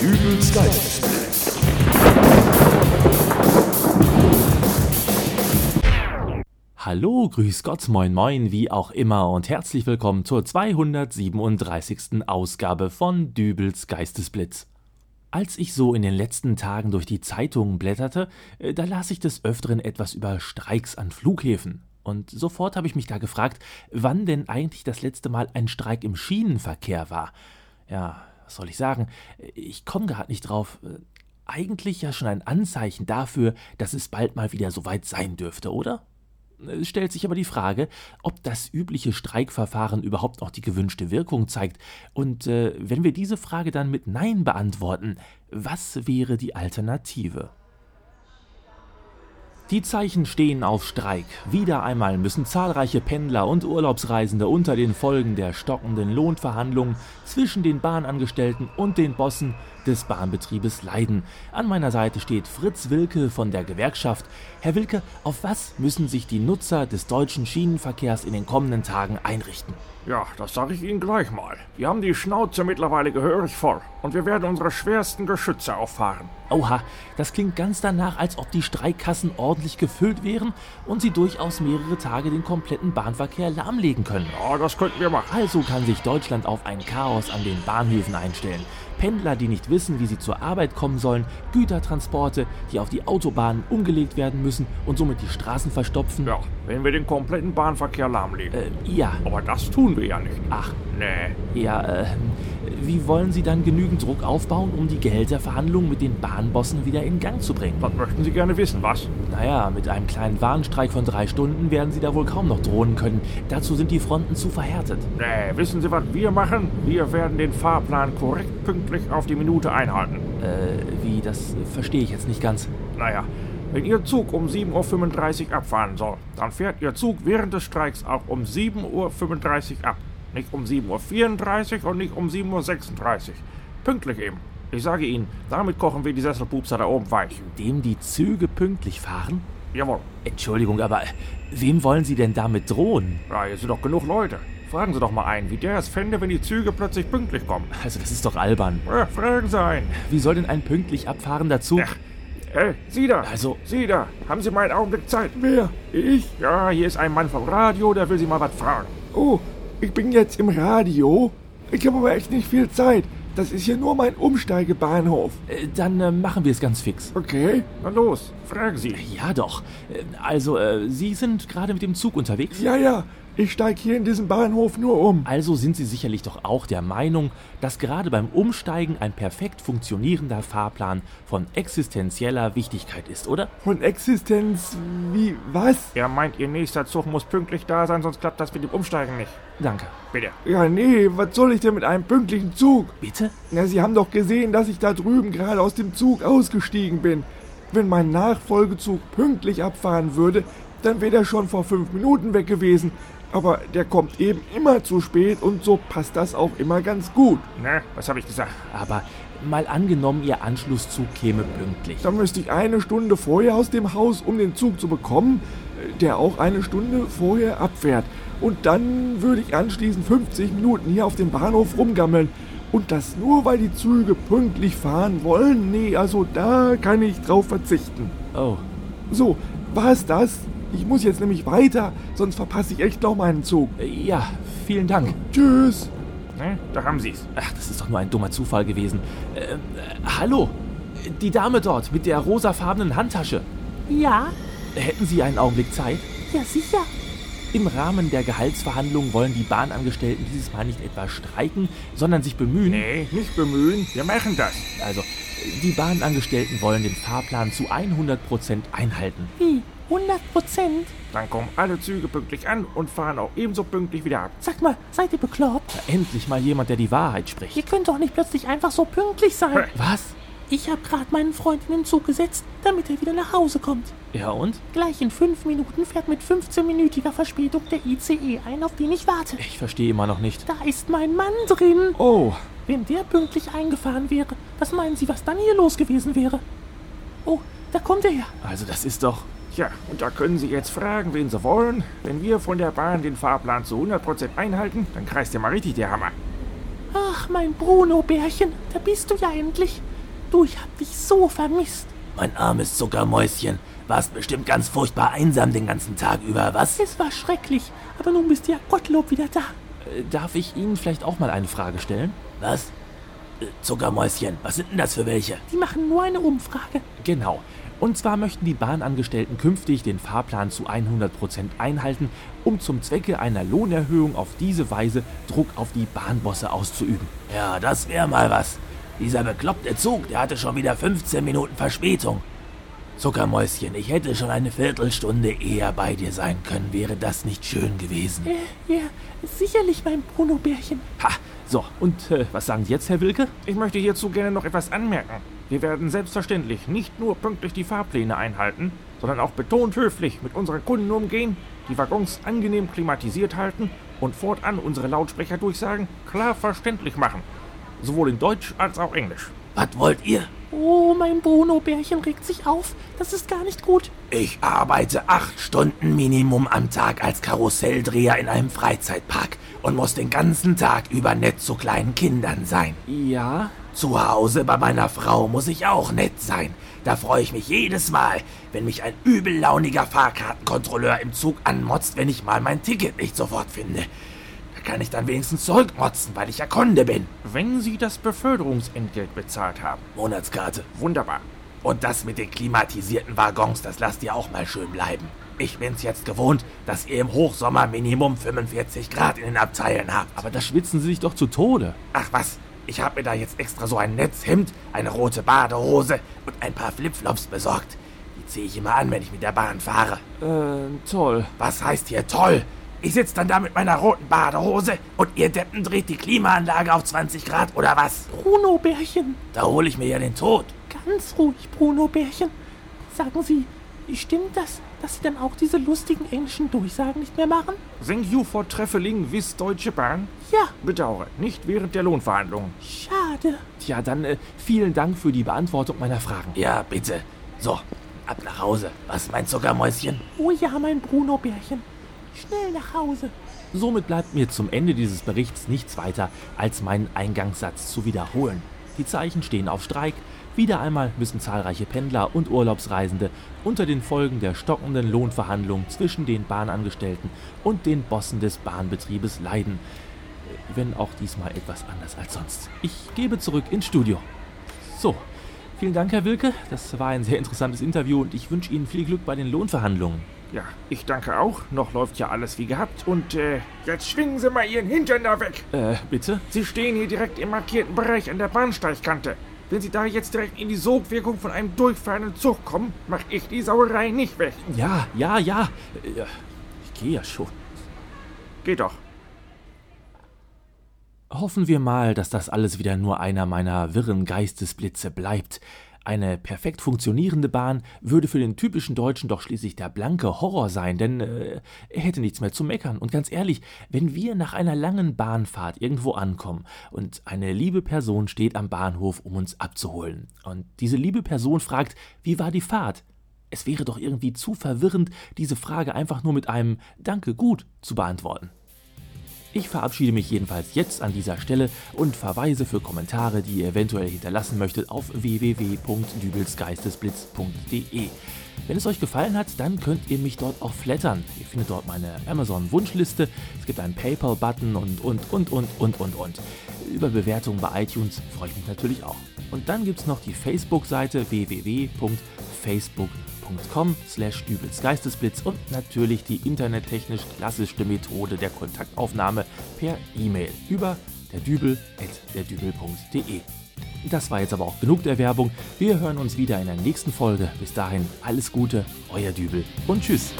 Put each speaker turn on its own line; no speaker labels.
Übels Geist.
Hallo, grüß Gott, moin moin, wie auch immer und herzlich willkommen zur 237. Ausgabe von Dübels Geistesblitz. Als ich so in den letzten Tagen durch die Zeitungen blätterte, äh, da las ich des Öfteren etwas über Streiks an Flughäfen. Und sofort habe ich mich da gefragt, wann denn eigentlich das letzte Mal ein Streik im Schienenverkehr war. Ja, was soll ich sagen? Ich komme gerade nicht drauf. Äh, Eigentlich ja schon ein Anzeichen dafür, dass es bald mal wieder soweit sein dürfte, oder? Es Äh, stellt sich aber die Frage, ob das übliche Streikverfahren überhaupt noch die gewünschte Wirkung zeigt. Und äh, wenn wir diese Frage dann mit Nein beantworten, was wäre die Alternative? Die Zeichen stehen auf Streik. Wieder einmal müssen zahlreiche Pendler und Urlaubsreisende unter den Folgen der stockenden Lohnverhandlungen zwischen den Bahnangestellten und den Bossen des Bahnbetriebes leiden. An meiner Seite steht Fritz Wilke von der Gewerkschaft. Herr Wilke, auf was müssen sich die Nutzer des deutschen Schienenverkehrs in den kommenden Tagen einrichten?
Ja, das sage ich Ihnen gleich mal. Wir haben die Schnauze mittlerweile gehörig voll und wir werden unsere schwersten Geschütze auffahren.
Oha, das klingt ganz danach, als ob die Streikkassen ordentlich gefüllt wären und sie durchaus mehrere Tage den kompletten Bahnverkehr lahmlegen können.
Ja, das könnten wir machen.
Also kann sich Deutschland auf ein Chaos an den Bahnhöfen einstellen. Pendler, die nicht wissen, wie sie zur Arbeit kommen sollen, Gütertransporte, die auf die Autobahnen umgelegt werden müssen und somit die Straßen verstopfen.
Ja, wenn wir den kompletten Bahnverkehr lahmlegen.
Äh, ja,
Aber das tun wir ja nicht.
ach,
Nee.
ja, äh, wie wollen Sie dann genügend Druck aufbauen, um die Gehälterverhandlungen mit den Bahnbossen wieder in Gang zu bringen?
Das möchten Sie gerne wissen, was?
Naja, mit einem kleinen Warnstreik von drei Stunden werden Sie da wohl kaum noch drohen können. Dazu sind die Fronten zu verhärtet.
Nee, wissen Sie, was wir machen? Wir werden den Fahrplan korrekt pünktlich auf die Minute einhalten.
Äh, wie, das verstehe ich jetzt nicht ganz.
Naja, wenn Ihr Zug um 7.35 Uhr abfahren soll, dann fährt Ihr Zug während des Streiks auch um 7.35 Uhr ab. Nicht um 7.34 Uhr und nicht um 7.36 Uhr. Pünktlich eben. Ich sage Ihnen, damit kochen wir die Sesselpupser da oben weich.
Indem die Züge pünktlich fahren?
Jawohl.
Entschuldigung, aber äh, wem wollen Sie denn damit drohen?
Ja, hier sind doch genug Leute. Fragen Sie doch mal einen, wie der es fände, wenn die Züge plötzlich pünktlich kommen.
Also, das ist doch albern.
Äh, fragen Sie einen.
Wie soll denn ein pünktlich abfahrender Zug.
Ach, Hey, Sie da!
Also-
Sie da! Haben Sie mal einen Augenblick Zeit? Wer? Ich? Ja, hier ist ein Mann vom Radio, der will Sie mal was fragen.
Oh, ich bin jetzt im Radio. Ich habe aber echt nicht viel Zeit. Das ist hier nur mein Umsteigebahnhof.
Äh, Dann äh, machen wir es ganz fix.
Okay?
Na los, fragen Sie.
Ja, doch. Äh, Also, äh, Sie sind gerade mit dem Zug unterwegs?
Ja, ja. Ich steige hier in diesem Bahnhof nur um.
Also sind Sie sicherlich doch auch der Meinung, dass gerade beim Umsteigen ein perfekt funktionierender Fahrplan von existenzieller Wichtigkeit ist, oder?
Von Existenz wie was?
Er meint, Ihr nächster Zug muss pünktlich da sein, sonst klappt das mit dem Umsteigen nicht.
Danke.
Bitte.
Ja, nee, was soll ich denn mit einem pünktlichen Zug?
Bitte?
Na, Sie haben doch gesehen, dass ich da drüben gerade aus dem Zug ausgestiegen bin. Wenn mein Nachfolgezug pünktlich abfahren würde, dann wäre der schon vor fünf Minuten weg gewesen. Aber der kommt eben immer zu spät und so passt das auch immer ganz gut.
Ne, was habe ich gesagt?
Aber mal angenommen, Ihr Anschlusszug käme pünktlich.
Da müsste ich eine Stunde vorher aus dem Haus, um den Zug zu bekommen, äh, der auch eine Stunde vorher abfährt. Und dann würde ich anschließend 50 Minuten hier auf dem Bahnhof rumgammeln. Und das nur, weil die Züge pünktlich fahren wollen? Nee, also da kann ich drauf verzichten.
Oh,
So, war's das? Ich muss jetzt nämlich weiter, sonst verpasse ich echt noch meinen Zug.
äh, ja, vielen Dank.
Tschüss.
Ne, da haben Sie's.
Ach, das ist doch nur ein dummer Zufall gewesen. Ähm, äh, hallo, die Dame dort mit der rosafarbenen Handtasche.
Ja,
Hätten Sie einen Augenblick Zeit?
ja sicher.
Im Rahmen der Gehaltsverhandlungen wollen die Bahnangestellten dieses Mal nicht etwa streiken, sondern sich bemühen.
Nee, nicht bemühen, wir machen das.
Also, die Bahnangestellten wollen den Fahrplan zu 100% einhalten.
Wie? 100 Prozent?
Dann kommen alle Züge pünktlich an und fahren auch ebenso pünktlich wieder ab.
Sag mal, seid ihr bekloppt?
Endlich mal jemand, der die Wahrheit
Ihr
spricht.
könnt doch nicht plötzlich einfach so pünktlich sein.
Was?
Ich hab grad meinen Freund in den Zug gesetzt, damit er wieder nach Hause kommt.
Ja und?
Gleich in fünf Minuten fährt mit 15-minütiger Verspätung der ICE ein, auf den ich warte.
Ich verstehe immer noch nicht.
Da ist mein Mann drin.
Oh,
Wenn der pünktlich eingefahren wäre, was meinen Sie, was dann hier los gewesen wäre? Oh, da kommt er her.
also das ist doch...
Tja, und da können Sie jetzt fragen, wen Sie wollen. Wenn wir von der Bahn den Fahrplan zu 100% einhalten, dann kreist ja mal richtig der Hammer.
Ach, mein Bruno-Bärchen, da bist du ja endlich. Du, ich hab dich so vermisst.
Mein armes Zuckermäuschen. Warst bestimmt ganz furchtbar einsam den ganzen Tag über, was?
Es war schrecklich, aber nun bist du ja Gottlob wieder da.
Darf ich Ihnen vielleicht auch mal eine Frage stellen? Was? Äh, Zuckermäuschen, was sind denn das für welche?
Die machen nur eine Umfrage.
Genau. Und zwar möchten die Bahnangestellten künftig den Fahrplan zu 100% einhalten, um zum Zwecke einer Lohnerhöhung auf diese Weise Druck auf die Bahnbosse auszuüben. Ja, das wäre mal was. Dieser bekloppte Zug, der hatte schon wieder 15 Minuten Verspätung. Zuckermäuschen, ich hätte schon eine Viertelstunde eher bei dir sein können, wäre das nicht schön gewesen.
Äh, ja, sicherlich mein Bruno-Bärchen.
Ha, so, und äh, was sagen Sie jetzt, Herr Wilke?
Ich möchte hierzu gerne noch etwas anmerken. Wir werden selbstverständlich nicht nur pünktlich die Fahrpläne einhalten, sondern auch betont höflich mit unseren Kunden umgehen, die Waggons angenehm klimatisiert halten und fortan unsere Lautsprecherdurchsagen klar verständlich machen. Sowohl in Deutsch als auch Englisch.
Was wollt ihr?
Oh, mein Bruno-Bärchen regt sich auf. Das ist gar nicht gut.
Ich arbeite acht Stunden Minimum am Tag als Karusselldreher in einem Freizeitpark und muss den ganzen Tag über nett zu kleinen Kindern sein.
Ja?
Zu Hause bei meiner Frau muss ich auch nett sein. Da freue ich mich jedes Mal, wenn mich ein übellauniger Fahrkartenkontrolleur im Zug anmotzt, wenn ich mal mein Ticket nicht sofort finde. Da kann ich dann wenigstens zurückmotzen, weil ich ja Kunde bin.
Wenn Sie das Beförderungsentgelt bezahlt haben.
Monatskarte.
Wunderbar.
Und das mit den klimatisierten Waggons, das lasst ihr auch mal schön bleiben. Ich bin's jetzt gewohnt, dass ihr im Hochsommer Minimum 45 Grad in den Abteilen habt.
Aber da schwitzen sie sich doch zu Tode.
Ach was, ich hab mir da jetzt extra so ein Netzhemd, eine rote Badehose und ein paar Flipflops besorgt. Die zieh ich immer an, wenn ich mit der Bahn fahre.
Äh, toll.
Was heißt hier toll? Ich sitz dann da mit meiner roten Badehose und ihr Deppen dreht die Klimaanlage auf 20 Grad oder was?
Bruno-Bärchen,
Da hol ich mir ja den Tod.
ganz ruhig, Bruno-Bärchen. Sagen Sie, stimmt das, dass Sie dann auch diese lustigen englischen Durchsagen nicht mehr machen?
Thank you for traveling with Deutsche Bahn.
Ja,
Bedauere, nicht während der Lohnverhandlungen.
schade.
Tja, dann äh, vielen Dank für die Beantwortung meiner Fragen.
Ja, bitte. So, ab nach Hause. Was, mein Zuckermäuschen?
Oh ja, mein Bruno-Bärchen. Schnell nach Hause.
Somit bleibt mir zum Ende dieses Berichts nichts weiter, als meinen Eingangssatz zu wiederholen. Die Zeichen stehen auf Streik. Wieder einmal müssen zahlreiche Pendler und Urlaubsreisende unter den Folgen der stockenden Lohnverhandlungen zwischen den Bahnangestellten und den Bossen des Bahnbetriebes leiden. Äh, Wenn auch diesmal etwas anders als sonst. Ich gebe zurück ins Studio. So, vielen Dank, Herr Wilke. Das war ein sehr interessantes Interview und ich wünsche Ihnen viel Glück bei den Lohnverhandlungen.
Ja, ich danke auch. Noch läuft ja alles wie gehabt. Und äh, jetzt schwingen Sie mal Ihren Hintern da weg.
Äh, bitte?
Sie stehen hier direkt im markierten Bereich an der Bahnsteigkante. Wenn Sie da jetzt direkt in die Sogwirkung von einem durchfahrenden Zug kommen, mach ich die Sauerei nicht weg.
Ja, ja, ja. Äh, Ich gehe ja schon.
Geh doch.
Hoffen wir mal, dass das alles wieder nur einer meiner wirren Geistesblitze bleibt. Eine perfekt funktionierende Bahn würde für den typischen Deutschen doch schließlich der blanke Horror sein, denn äh, er hätte nichts mehr zu meckern. Und ganz ehrlich, wenn wir nach einer langen Bahnfahrt irgendwo ankommen und eine liebe Person steht am Bahnhof, um uns abzuholen, und diese liebe Person fragt, wie war die Fahrt? Es wäre doch irgendwie zu verwirrend, diese Frage einfach nur mit einem Danke gut zu beantworten. Ich verabschiede mich jedenfalls jetzt an dieser Stelle und verweise für Kommentare, die ihr eventuell hinterlassen möchtet, auf www.dübelsgeistesblitz.de. Wenn es euch gefallen hat, dann könnt ihr mich dort auch flattern. Ihr findet dort meine Amazon-Wunschliste, es gibt einen PayPal-Button und, und, und, und, und, und, und. Über Bewertungen bei iTunes freue ich mich natürlich auch. Und dann gibt es noch die Facebook-Seite www.facebook.com facebook.com slash dübelsgeistesblitz und natürlich die internettechnisch klassischste Methode der Kontaktaufnahme per E-Mail über der Dübel at derdübel.de. Das war jetzt aber auch genug der Werbung. Wir hören uns wieder in der nächsten Folge. Bis dahin alles Gute, euer Dübel und tschüss.